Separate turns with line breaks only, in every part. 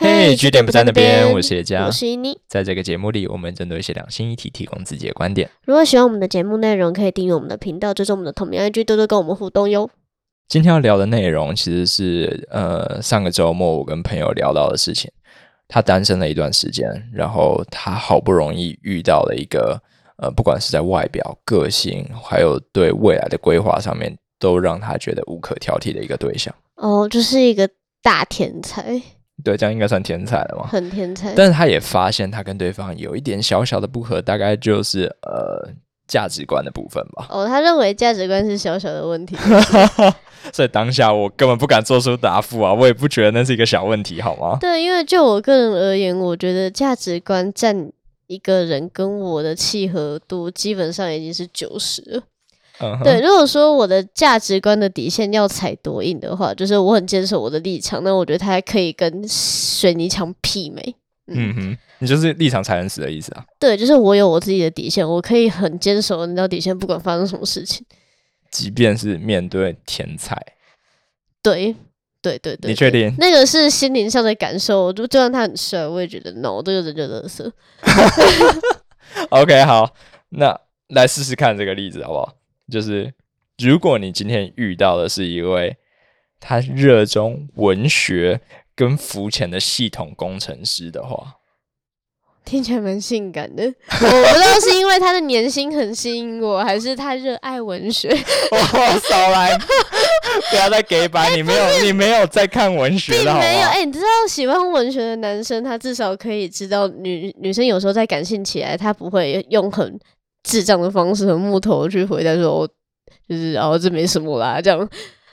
与据点不在那边，我是叶
我
佳。
是妮。
在这个节目里，我们针对一些两性议题提供自己的观点。
如果喜欢我们的节目内容，可以订阅我们的频道，追踪我们的同名 IG，多多跟我们互动哟。
今天要聊的内容其实是，呃，上个周末我跟朋友聊到的事情。他单身了一段时间，然后他好不容易遇到了一个，呃，不管是在外表、个性，还有对未来的规划上面，都让他觉得无可挑剔的一个对象。
哦，就是一个大天才，
对，这样应该算天才了吗？
很天才。
但是他也发现他跟对方有一点小小的不合，大概就是呃价值观的部分吧。
哦，他认为价值观是小小的问 题。
所以当下我根本不敢做出答复啊，我也不觉得那是一个小问题，好吗？
对，因为就我个人而言，我觉得价值观占一个人跟我的契合度，基本上已经是九十了。
嗯哼，
对，如果说我的价值观的底线要踩多硬的话，就是我很坚守我的立场，那我觉得他可以跟水泥墙媲美。
嗯哼，你就是立场才能死的意思啊。
对，就是我有我自己的底线，我可以很坚守那条底线，不管发生什么事情。
即便是面对天才，
对，对对对
你确
对
定？
那个是心灵上的感受，就就算他很帅，我也觉得 no，这个人就垃圾。
OK，好，那来试试看这个例子好不好？就是如果你今天遇到的是一位他热衷文学跟浮潜的系统工程师的 话，
听起来蛮性感的，我不知道是因为他的年薪很吸引我，还是他热爱文学。
我少来，不要再给白，你 没有你没有在看文学
并
的好
没有，
吗
哎、？你知道喜欢文学的男生，他至少可以知道女女生有时候在感性起来，他不会用很智障的方式、很木头去回答说，哦就是哦，这没什么啦，这样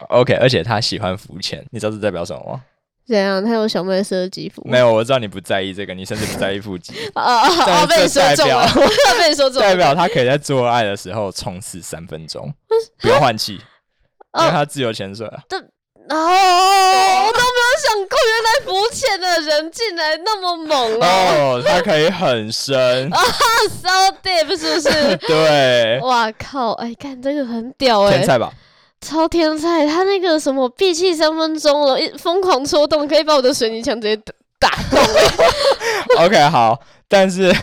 OK，而且他喜欢浮潜，你知道这代表什么吗？
这样，他有小麦色的肌肤吗
没有，我知道你不在意这个，你甚至不在意腹肌，
哦哦哦
但
哦，被你
这
说
代
中
表
了，我要 被你说中
代
了。
表他可以在做爱的时候冲刺三 分钟，不用换气，因
哦
为他自由潜水啊。
哦，我都没有想过，原来浮潜的人竟然那么猛哦、
哦，他可以很 深，？
s o deep 是不是
对，
哇靠！哎、看这个很屌哎、
天 才吧？
超天才，他那个什么闭气三分钟了，一疯狂戳洞，可以把我的水泥墙直接打打洞。
OK，好，但是
看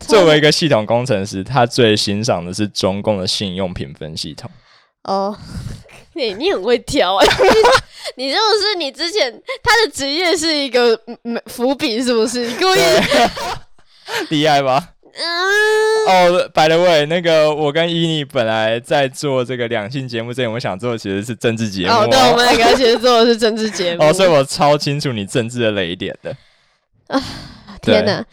超
作为一个系统工程师，他最欣赏的是中共的信用评分 系统。
哦，你你很会挑哎、 你你是不是你之前他的职业是一个嗯嗯伏笔，是不是？你故意
对，厉害吧？
嗯，
哦，by the way，那个我跟伊妮本来在做这个两性节目之前，我想做的其实是政治节目、
哦，对，我们两个其实做的是政治节目。
哦，所以我超清楚你政治的雷点的。
啊天哪！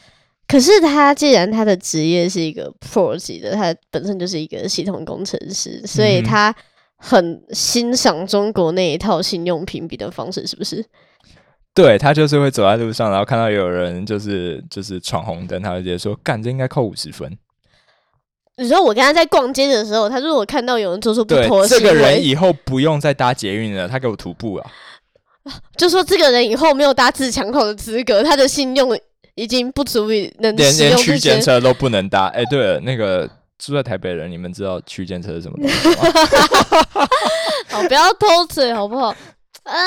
可是他既然他的职业是一个 pro 级的，他本身就是一个系统工程师，所以
嗯哼
他很欣赏中国那一套信用评比的方式，是不是？
对他就是会走在路上，然后看到有人就是就是闯红灯，他就直接说：“干，这应该扣五十分。
你说我刚才在逛街的时候，他如果看到有人做出”不
对
妥，的
这
行
个人
为，
以后不用再搭捷运了，他给我徒步啊。
就说这个人以后没有搭自强口的资格，他的信用已经不足以能
连
使
连
用
区
这
间
些。
车都不能搭。哎、对了，那个住在台北的人，你们知道区间车是什么 东西吗？
好，不要偷嘴好不好？嗯，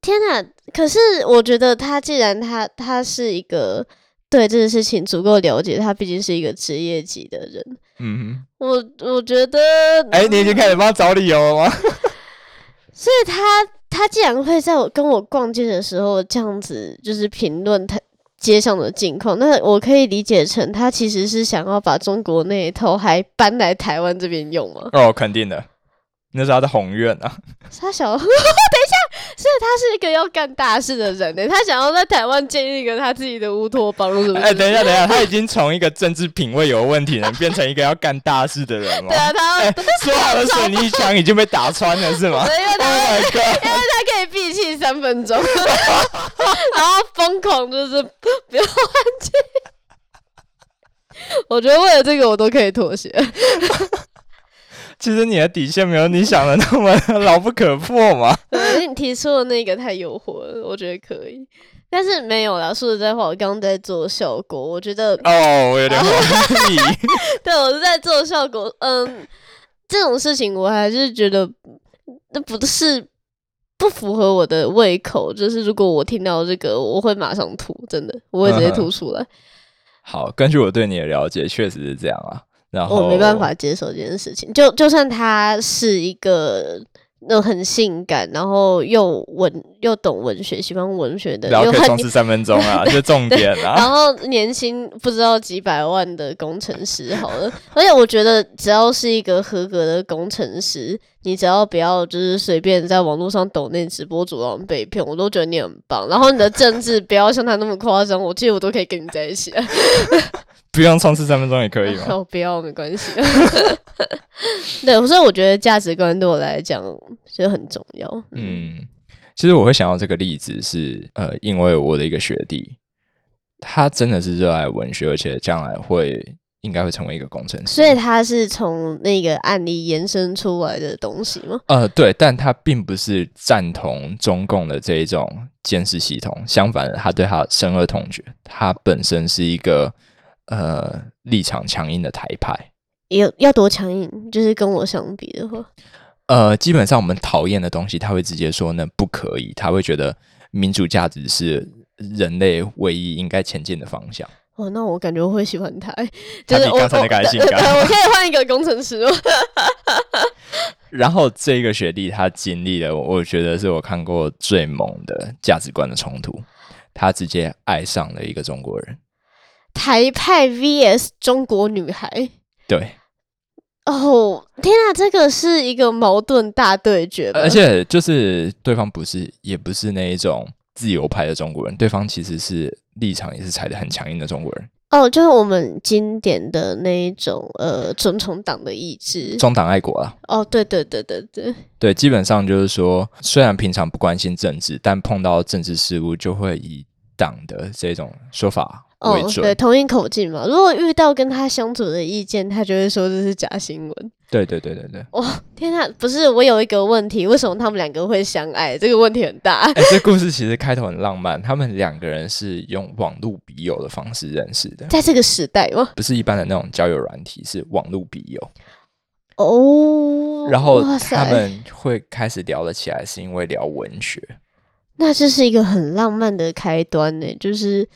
天哪！可是我觉得他既然他他是一个对这个事情足够了解，他毕竟是一个职业级的人。
嗯
我我觉得，
哼，哎、你已经开始帮他找理由了吗？
所以他他既然会在我跟我逛街的时候这样子，就是评论他街上的近况，那我可以理解成他其实是想要把中国那一套还搬来台湾这边用吗？
哦，肯定的，那是他的宏愿啊。
他想要，等一 下，所以他是一个要干大事的人呢，他想要在台湾建立一个他自己的乌托邦，是不是？
哎、等一下，等一下，他已经从一个政治品味有问题的人，变成一个要干大事的人了
对。啊，他
哎、说好的水泥墙已经被打穿了是吗
所以
？Oh
他
my god！
他可以闭气三分钟， 然后疯狂就是不要换气。 我觉得为了这个我都可以妥协。
其实你的底线没有你想的那么 牢不可破嘛。
对你提出的那个太诱惑了，我觉得可以，但是没有啦。说实在话，我刚刚在做效果，我觉得
哦、我有点怀
哦
疑。
对，我是在做效果。嗯，这种事情我还是觉得那不是不符合我的胃口，就是如果我听到这个，我会马上吐，真的，我会直接
嗯
吐出来，
好，根据我对你的了解，确实是这样啊。然后
我没办法接受这件事情。就就算他是一个那种很性感，然后又文又懂文学，喜欢文学的，
聊
又
可以
很
装饰三分钟 啊，这是重点啊。
然后年薪不知道几百万的工程师好了， 而且我觉得只要是一个合格的工程师，你只要不要就是随便在网络上抖那直播主然后被骗，我都觉得你很棒。然后你的政治不要像他那么夸张，我记得我都可以跟你在一起啊。
不用冲刺三分钟也 可以吗？
哦，不要没关系。 对，所以我觉得价值观对我来讲就很重要。嗯，
嗯，其实我会想到这个例子是，呃，因为我的一个学弟，他真的是热爱文学，而且将来会应该会成为一个工程师。
所以它是从那个案例延伸出来的东西吗？
呃，对，但他并不是赞同中共的这一种监视系统，相反的，他对他深恶痛绝。他本身是一个呃立场强硬的台派。
有要多强硬？就是跟我相比的话，
呃，基本上我们讨厌的东西，他会直接说那不可以，他会觉得民主价值是人类唯一应该前进的方向。
哦，那我感觉我会喜 欢他、欸
他
就
比
是我
刚才那个还性
我
感
对我可以换一个工程师吗？ 哦
然后这个学弟他经历了，我觉得是我看过最猛的价值观的冲突。他直接爱上了一个中国人，
台派 VS 中国女孩。
对，
哦，天啊，这个是一个矛盾大对决吧，
呃而且就是对方不是，也不是那一种自由派的中国人，对方其实是立场也是踩得很强硬的中国人，
哦，就是我们经典的那一种呃，遵从党的意志。
中党爱国啊。
哦，对对对对对，
对，基本上就是说，虽然平常不关心政治，但碰到政治事务就会以党的这种说法
哦
为，准。
对，同音口径嘛。如果遇到跟他相左的意见，他就会说这是假新闻。
对对对对对。
天啊，不是，我有一个问题，为什么他们两个会相爱？这个问题很大。
哎、这故事其实开头很浪漫，他们两个人是用网络笔友的方式认识的，
在这个时代吗？
不是一般的那种交友软体，是网络笔友。
哦，
然后
哇
他
塞，
们会开始聊得起来，是因为聊文学。
那这是一个很浪漫的开端呢，就是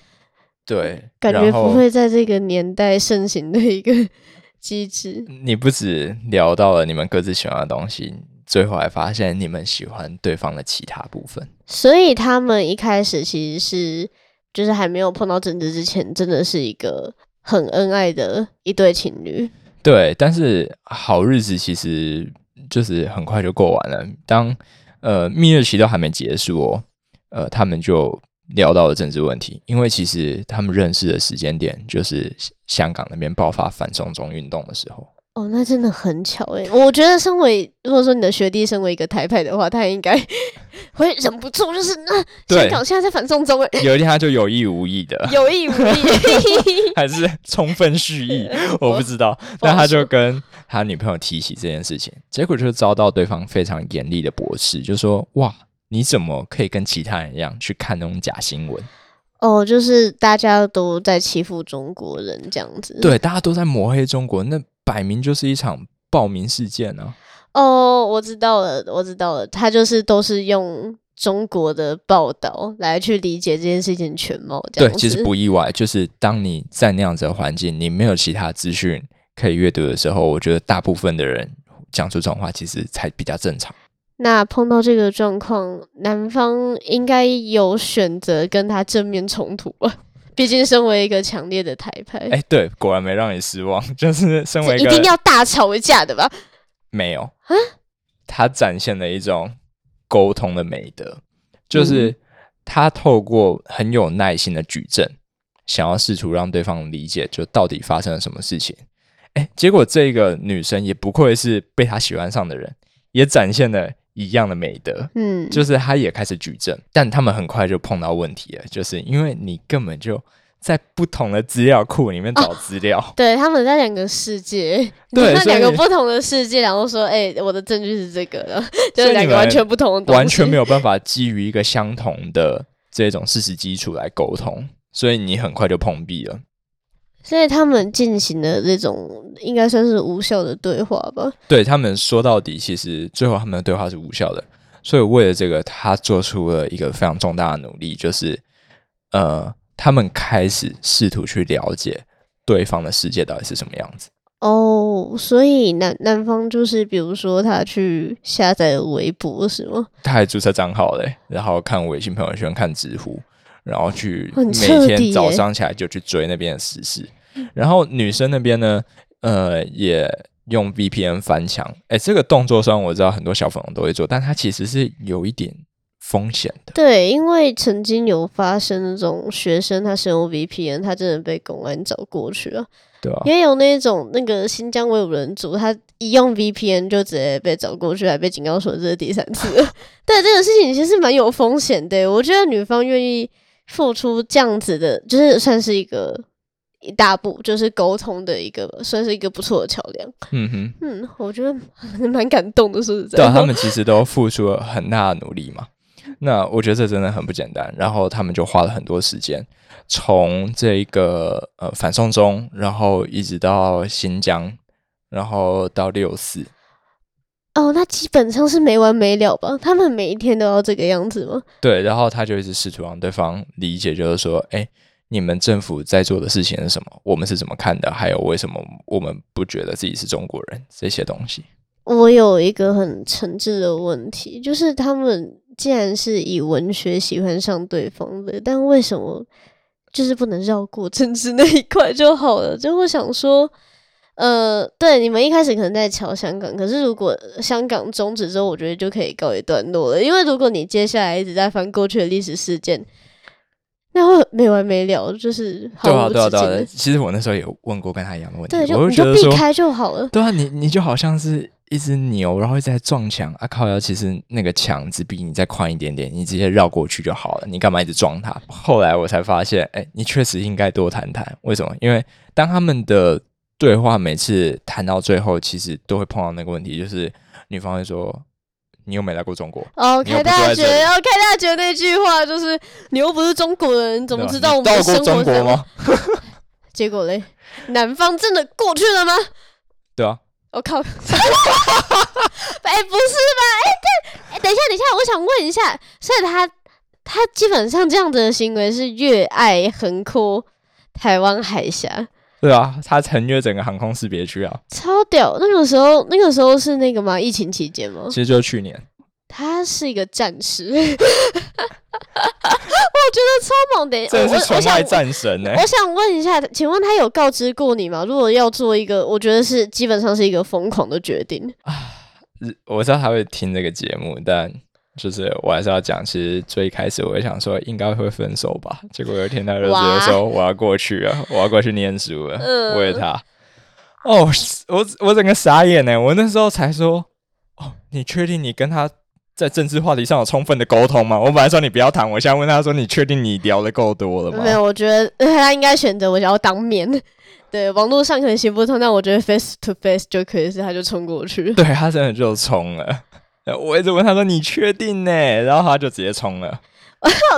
对，
感觉
然
不
后
会在这个年代盛行的一个 机制。
你不止聊到了你们各自喜欢的东西，最后还发现你们喜欢对方的其他部分。
所以他们一开始其实是，就是还没有碰到政治之前，真的是一个很恩爱的一对情侣。
对，但是好日子其实就是很快就过完了。当呃蜜月期都还没结束哦，呃，他们就聊到了政治问题，因为其实他们认识的时间点就是香港那边爆发反送中运动的时候。
哦，那真的很巧诶、我觉得身为如果说你的学弟身为一个台派的话，他应该 会忍不住，就是那、
对
香港现在在反送中诶、
有一天他就有意无意的，
有意无 意。
还是充分 蓄意，我不知道。
不好
但他就
说
跟他女朋友提起这件事情，结果就遭到对方非常严厉的驳斥，就说：“哇，你怎么可以跟其他人一样去看那种假新闻？
哦，就是大家都在欺负中国人这样子。
对，大家都在抹黑中国，那摆明就是一场暴民事件啊！
哦，我知道了，我知道了，他就是都是用中国的报道来去理解这件事情全貌，这
对
样，子。
其实不意外，就是当你在那样子的环境，你没有其他资讯可以阅读的时候，我觉得大部分的人讲出这种话，其实才比较正常。
那碰到这个状况，男方应该有选择跟他正面冲突吧？毕竟身为一个强烈的台派，
哎、对，果然没让你失望，就是身
这
为
嗯一
个
定要大吵一架的吧？
没有他展现了一种沟通的美德，就是他透过很有耐心的举证，想要试图让对方理解，就到底发生了什么事情。哎，结果这个女生也不愧是被他喜欢上的人，也展现了一样的美德，
嗯，
就是他也开始举证，但他们很快就碰到问题了，就是因为你根本就在不同的资料库里面找资料。
对，他们在两个世界，
对
那
所以
两个不同的世界，然后说，哎、我的证据是这个，然后 就
所以
是
你
两个
们
完全不同的东西，
完全没有办法基于一个相同的这种事实基础来沟通，所以你很快就碰壁了。
所以他们进行的这种应该算是无效的对话吧？
对他们说到底，其实最后他们的对话是无效的。所以为了这个，他做出了一个非常重大的努力，就是呃，他们开始试图去了解对方的世界到底是什么样子。
哦，所以男男方就是，比如说他去下载了微博是吗？
他还注册账号嘞，然后看微信朋友圈，看知乎，然后去
很
每
彻底
天早
耶
上起来就去追那边的时事。然后女生那边呢，呃，也用 VPN 翻墙。哎，这个动作虽然我知道很多小粉红都会做，但它其实是有一点风险的。
对，因为曾经有发生那种学生他使用 VPN，他真的被公安找过去了。
对吧、
也有那种那个新疆维吾人族，他一用 VPN 就直接被找过去，还被警告说这是第三次 了。但这个事情其实蛮有风险的耶，我觉得女方愿意付出这样子的，就是算是一个一大步，就是沟通的一个，算是一个不错的桥梁。
嗯哼，
嗯，我觉得蛮感动的，说实在
对啊，
话。
他们其实都付出了很大的努力嘛。那我觉得这真的很不简单。然后他们就花了很多时间，从这个呃反送中，然后一直到新疆，然后到六四，
哦，那基本上是没完没了吧？他们每一天都要这个样子吗？
对，然后他就一直试图让对方理解，就是说，哎，你们政府在做的事情是什么？我们是怎么看的？还有为什么我们不觉得自己是中国人？这些东西。
我有一个很诚挚的问题，就是他们既然是以文学喜欢上对方的，但为什么就是不能绕过政治那一块就好了？就我想说，呃，对，你们一开始可能在瞧香港，可是如果香港终止之后，我觉得就可以告一段落了，因为如果你接下来一直在翻过去的历史事件，那会没完没了，就是毫
对啊，
无止境
对啊，对啊。
的。
其实我那时候也问过跟他一样的问题，
对，就
我
你
觉
就
得
避
说，
开就好了。
对啊，你你就好像是一只牛，然后一直在撞墙啊！靠腰，其实那个墙只比你再宽一点点，你直接绕过去就好了，你干嘛一直撞它？后来我才发现，哎，你确实应该多谈谈。为什么？因为当他们的对话每次谈到最后，其实都会碰到那个问题，就是女方会说：“你又没来过中国。”
哦，
你又
开
不住
大
在
学，
这里
然后开大学那句话就是“你又不是中国人，你怎么
对吧啊
知道
你
我们
到
的
过
生
中
活
国
在哪
吗？？
结果嘞，南方真的过去了吗？
对啊，
我靠！哎、 不是吧？哎、对，哎、等一下，等一下，我想问一下，所以他他基本上这样子的行为是越爱横扩台湾海峡，
对啊，他横越整个航空识别区啊，
超屌！那个时候，那个时候是那个吗？疫情期间吗
其？实就是去
呃
年。
他是一个战士， 我觉得超猛的。
真的
我
是
我
纯
想
爱战神欸呢、
我想问一下，请问他有告知过你吗？如果要做一个，我觉得是基本上是一个疯狂的决定。
我知道他会听这个节目，但就是我还是要讲，其实最开始我会想说应该会分手吧，结果有一天他就直接说我要过去了，我要过去念书了，
嗯
为了他。哦，我我整个傻眼呢，我那时候才说，哦，你确定你跟他在政治话题上有充分的沟通吗？我本来说你不要谈，我现在问他说你确定你聊的够多了吗？
没有，我觉得呃他应该选择我想要当面。 对，网络上可能行不通，但我觉得 face to face 就可以是，他就冲过 去。
对他真的就冲了， 我一直问他说你确定呢，然后他就直接冲了。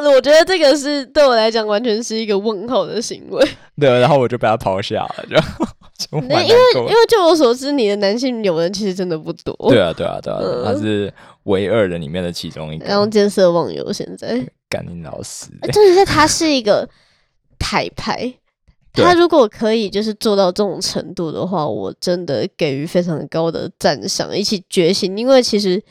我觉得这个是对我来讲完全是一个问号的行为，
对，然后我就被他抛下了，然后就蛮
那
难
因
过
因
的。
为就我所知，你的男性友人其实真的不多。
哦对啊，对啊，对啊，
嗯
他是唯二的里面的其中一
然后
个。
见色忘友，现在。
感应老师，
重点是他是一个台 派，
对
他如果可以就是做到这种程度的话，我真的给予非常高的赞赏，一起觉醒。因为其实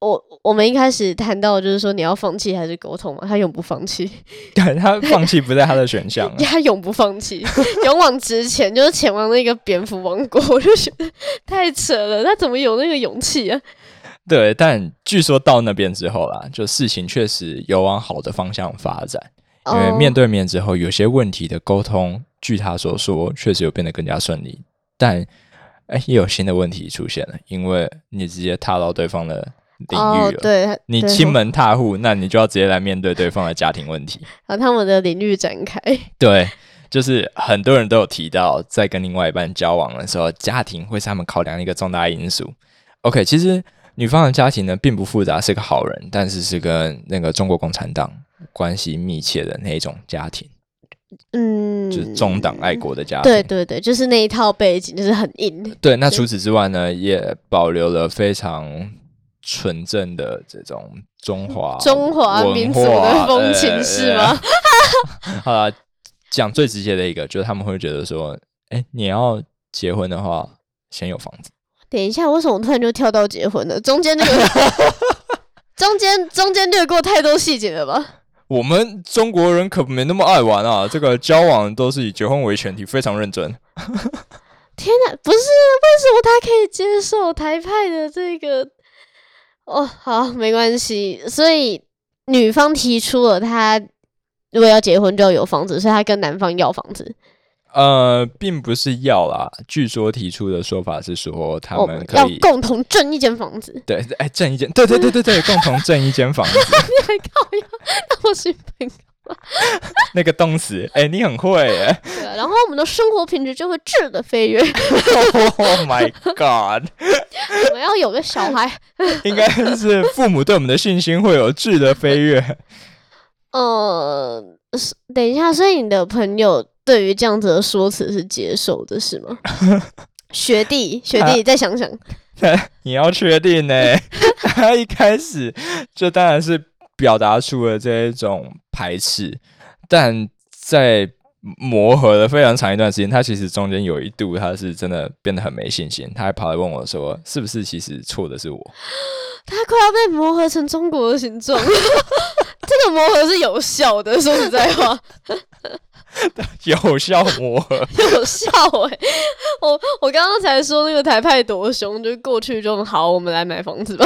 我我们一开始谈到就是说你要放弃还是沟通嘛，他永不放弃，
对他放弃不在他的选项啊。
他永不放弃，勇往直前，就是前往那个蝙蝠王国。我就觉得太扯了，他怎么有那个勇气啊？
对，但据说到那边之后啦，就事情确实有往好的方向发展，因为
哦
面对面之后，有些问题的沟通，据他所说，确实有变得更加顺利，但哎，也有新的问题出现了，因为你直接踏到对方的领
哦
域了。
对，
你
对
亲门踏户，那你就要直接来面对对方的家庭问题。
把他们的领域展开。
对，就是很多人都有提到，在跟另外一半交往的时候，家庭会是他们考量的一个重大因素。OK，其实女方的家庭呢并不复杂，是个好人，但是是跟那个中国共产党关系密切的那一种家庭，
嗯，
就是中党爱国的家庭。
对对对，就是那一套背景，就是很硬。
对，那
所
除此之外呢，也保留了非常纯正的这种中华
中华
文
民族的
呃化
风情是 吗？？
呃呃好啦，讲最直接的一个，就是他们会觉得说，哎，你要结婚的话，先有房子。
等一下，为什么突然就跳到结婚了？中间那 个中间中间略过太多细节了吧？
我们中国人可没那么爱玩啊，这个交往都是以结婚为前提，非常认真。
天哪，不是为什么他可以接受台派的这个？哦，好，没关系。所以女方提出了她如果要结婚就要有房子，所以她跟男方要房子。
呃，并不是要啦。据说提出的说法是说，他
我
们可
哦要
以、，
共同挣一间房子
对，哎，挣一间，对对对对对，共同挣一间房 子，
还靠呀，那我是朋友。
那个动词，哎，你很会耶
对啊然后我们的生活品质就会质的飞跃。
！Oh my god，
我们要有个小孩，
应该是父母对我们的信心会有质的飞跃。
呃，是等一下，所以你的朋友对于这样子的说辞是接受的，是吗？学弟，学弟，再想想，
你要确定呢？他一开始就当然是表达出了这一种排斥，但在磨合了非常长一段时间，他其实中间有一度他是真的变得很没信心，他还跑来问我说：“是不是其实错的是我
他快要被磨合成中国的形状。 这个磨合是有效的，说实在话，？”
有效磨合，
有效哎、 我我刚刚才说那个台派多凶，就过去就好，我们来买房子吧。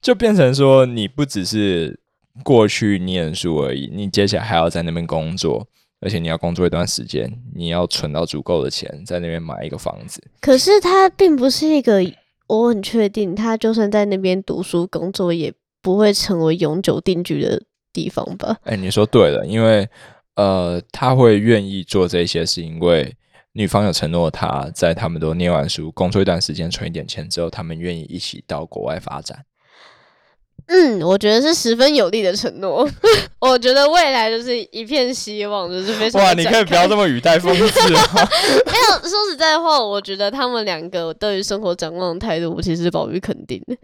就变成说你不只是过去念书而已，你接下来还要在那边工作，而且你要工作一段时间，你要存到足够的钱，在那边买一个房子。
可是他并不是一个，我很确定，他就算在那边读书工作，也不会成为永久定居的地方吧？
哎，你说对了，因为呃，他会愿意做这些，是因为女方有承诺他，在他们都念完书、工作一段时间、存一点钱之后，他们愿意一起到国外发展。
嗯，我觉得是十分有力的承诺。 我觉得未来就是一片希望，就是非常地展开
么语带风啊刺吗？
没有说实在话，我觉得他们两个对于生活展望的态度，我其实是保予肯定的。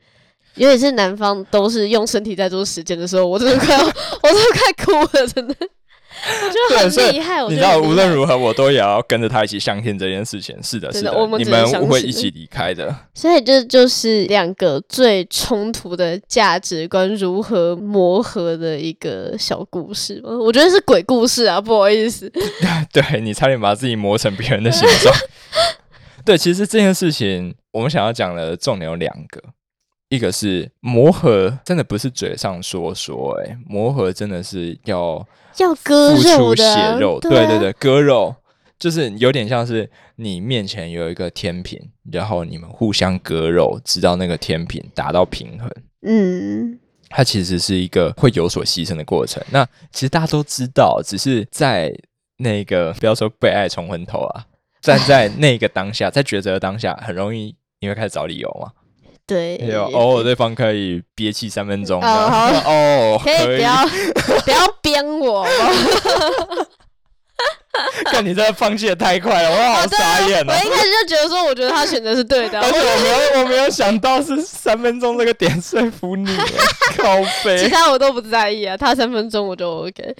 尤其是男方都是用身体在做实践的时候，我真的快要，我真的快哭了，真的就
对所以
很厉 害。我
你
觉
知
得
道，
很厉
无论
害
如何，我都也要跟着他一起相信这件事情。是的，
真
是
的我们
你
只能
们
相
会
信
一起离开的。
所以这就是两个最冲突的价值观如何磨合的一个小故事吗？我觉得是鬼故事啊，不好意思。
对你差点把自己磨成别人的形状。 对，其实这件事情我们想要讲的重点有两个，一个是磨合，真的不是嘴上说说、欸，磨合真的是要
要割
付
肉
出
的啊、
血肉，
对啊
对对，割肉。就是有点像是你面前有一个天平，然后你们互相割肉，直到那个天平达到平衡。
嗯，
它其实是一个会有所牺牲的过程。那其实大家都知道，只是在那个不要说被爱冲昏头啊， 站在那个当下，在抉择的当下，很容易你会开始找理由嘛。
对。
有偶尔对方可以憋气三分钟，
哦
然后
好
哦，
可以不要不要编我吗？
看你真的放弃的太快了，我好傻眼
我
哦。
一开始就觉得说，我觉得他选的是对的啊
而，且 我没有，我没有想到是三分钟这个点说服你， 靠
其
背。
他我都不在意啊。他三分钟我就 OK。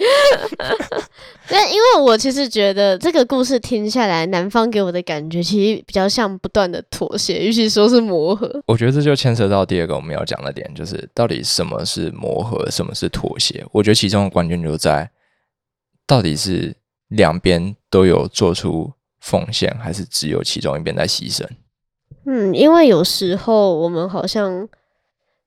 但因为我其实觉得这个故事听下来，男方给我的感觉其实比较像不断的妥协，与其说是磨合。
我觉得这就牵扯到第二个我们要讲的点，就是到底什么是磨合，什么是妥协。我觉得其中的关键就在到底是两边都有做出奉献，还是只有其中一边在牺牲。
嗯，因为有时候我们好像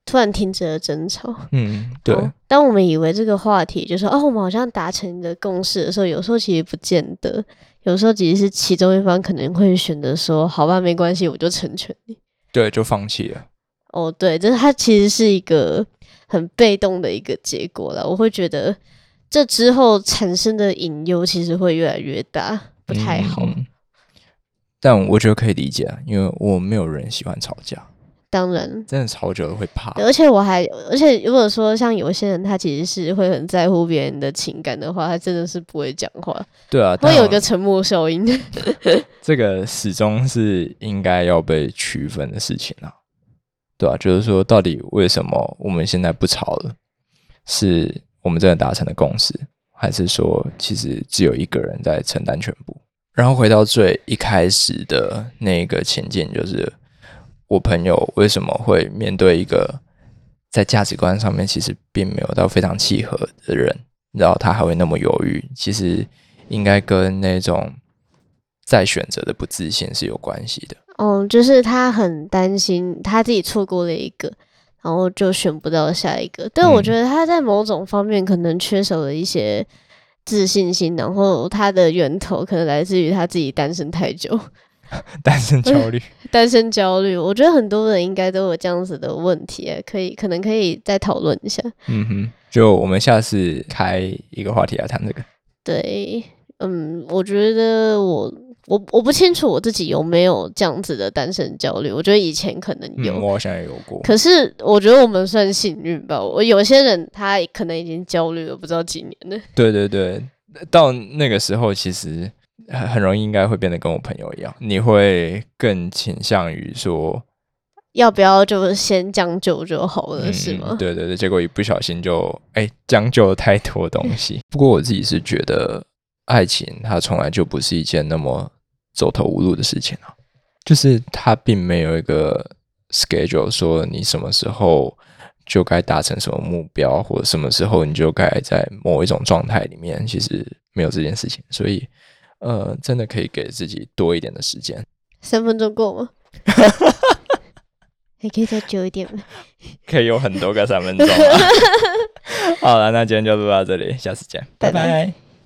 突然停止了争吵。
嗯，对，
哦当我们以为这个话题就是哦，我们好像达成了共识的时候，有时候其实不见得，有时候只是其中一方可能会选择说，好吧，没关系，我就成全你。
对，就放弃了。
哦，对，这它其实是一个很被动的一个结果了。我会觉得这之后产生的隐忧其实会越来越大，不太好。
嗯但我觉得可以理解啊，因为我没有人喜欢吵架，
当然，
真的吵久了会怕。
而且我还，而且如果说像有些人他其实是会很在乎别人的情感的话，他真的是不会讲话，
对啊，
会
但
有
我
一个沉默效应。
这个始终是应该要被区分的事情啊。对吧、就是说，到底为什么我们现在不吵了？是我们真的达成了共识，还是说其实只有一个人在承担全部？然后回到最一开始的那个情境，就是我朋友为什么会面对一个在价值观上面其实并没有到非常契合的人，然后他还会那么犹豫，其实应该跟那种在选择的不自信是有关系的。
嗯，就是他很担心他自己错过了一个，然后就选不到下一个。但我
嗯
觉得他在某种方面可能缺少了一些自信心，然后他的源头可能来自于他自己单身太久，
单身焦虑，
单身焦虑。我觉得很多人应该都有这样子的问题欸，可以可能可以再讨论一下。
嗯哼，就我们下次开一个话题来谈这个。
对，嗯，我觉得我。我我不清楚我自己有没有这样子的单身焦虑，我觉得以前可能有，
嗯，我好像也有过。
可是我觉得我们算幸运吧。我有些人他可能已经焦虑了不知道几年了。
对对对，到那个时候其实很很容易应该会变得跟我朋友一样，你会更倾向于说，
要不要就先将就就好了，是吗？
嗯对对对，结果一不小心就哎将就了太多东西。不过我自己是觉得，爱情它从来就不是一件那么走投无路的事情啊，就是它并没有一个 schedule 说你什么时候。就该达成什么目标，或者什么时候你就该在某一种状态里面，其实没有这件事情，所以呃，真的可以给自己多一点的时间。
三分钟 够吗？还可以再久一点吗？
可以有很多个三分钟、啊。好了，那今天就录到这里，下次见，
拜拜
拜拜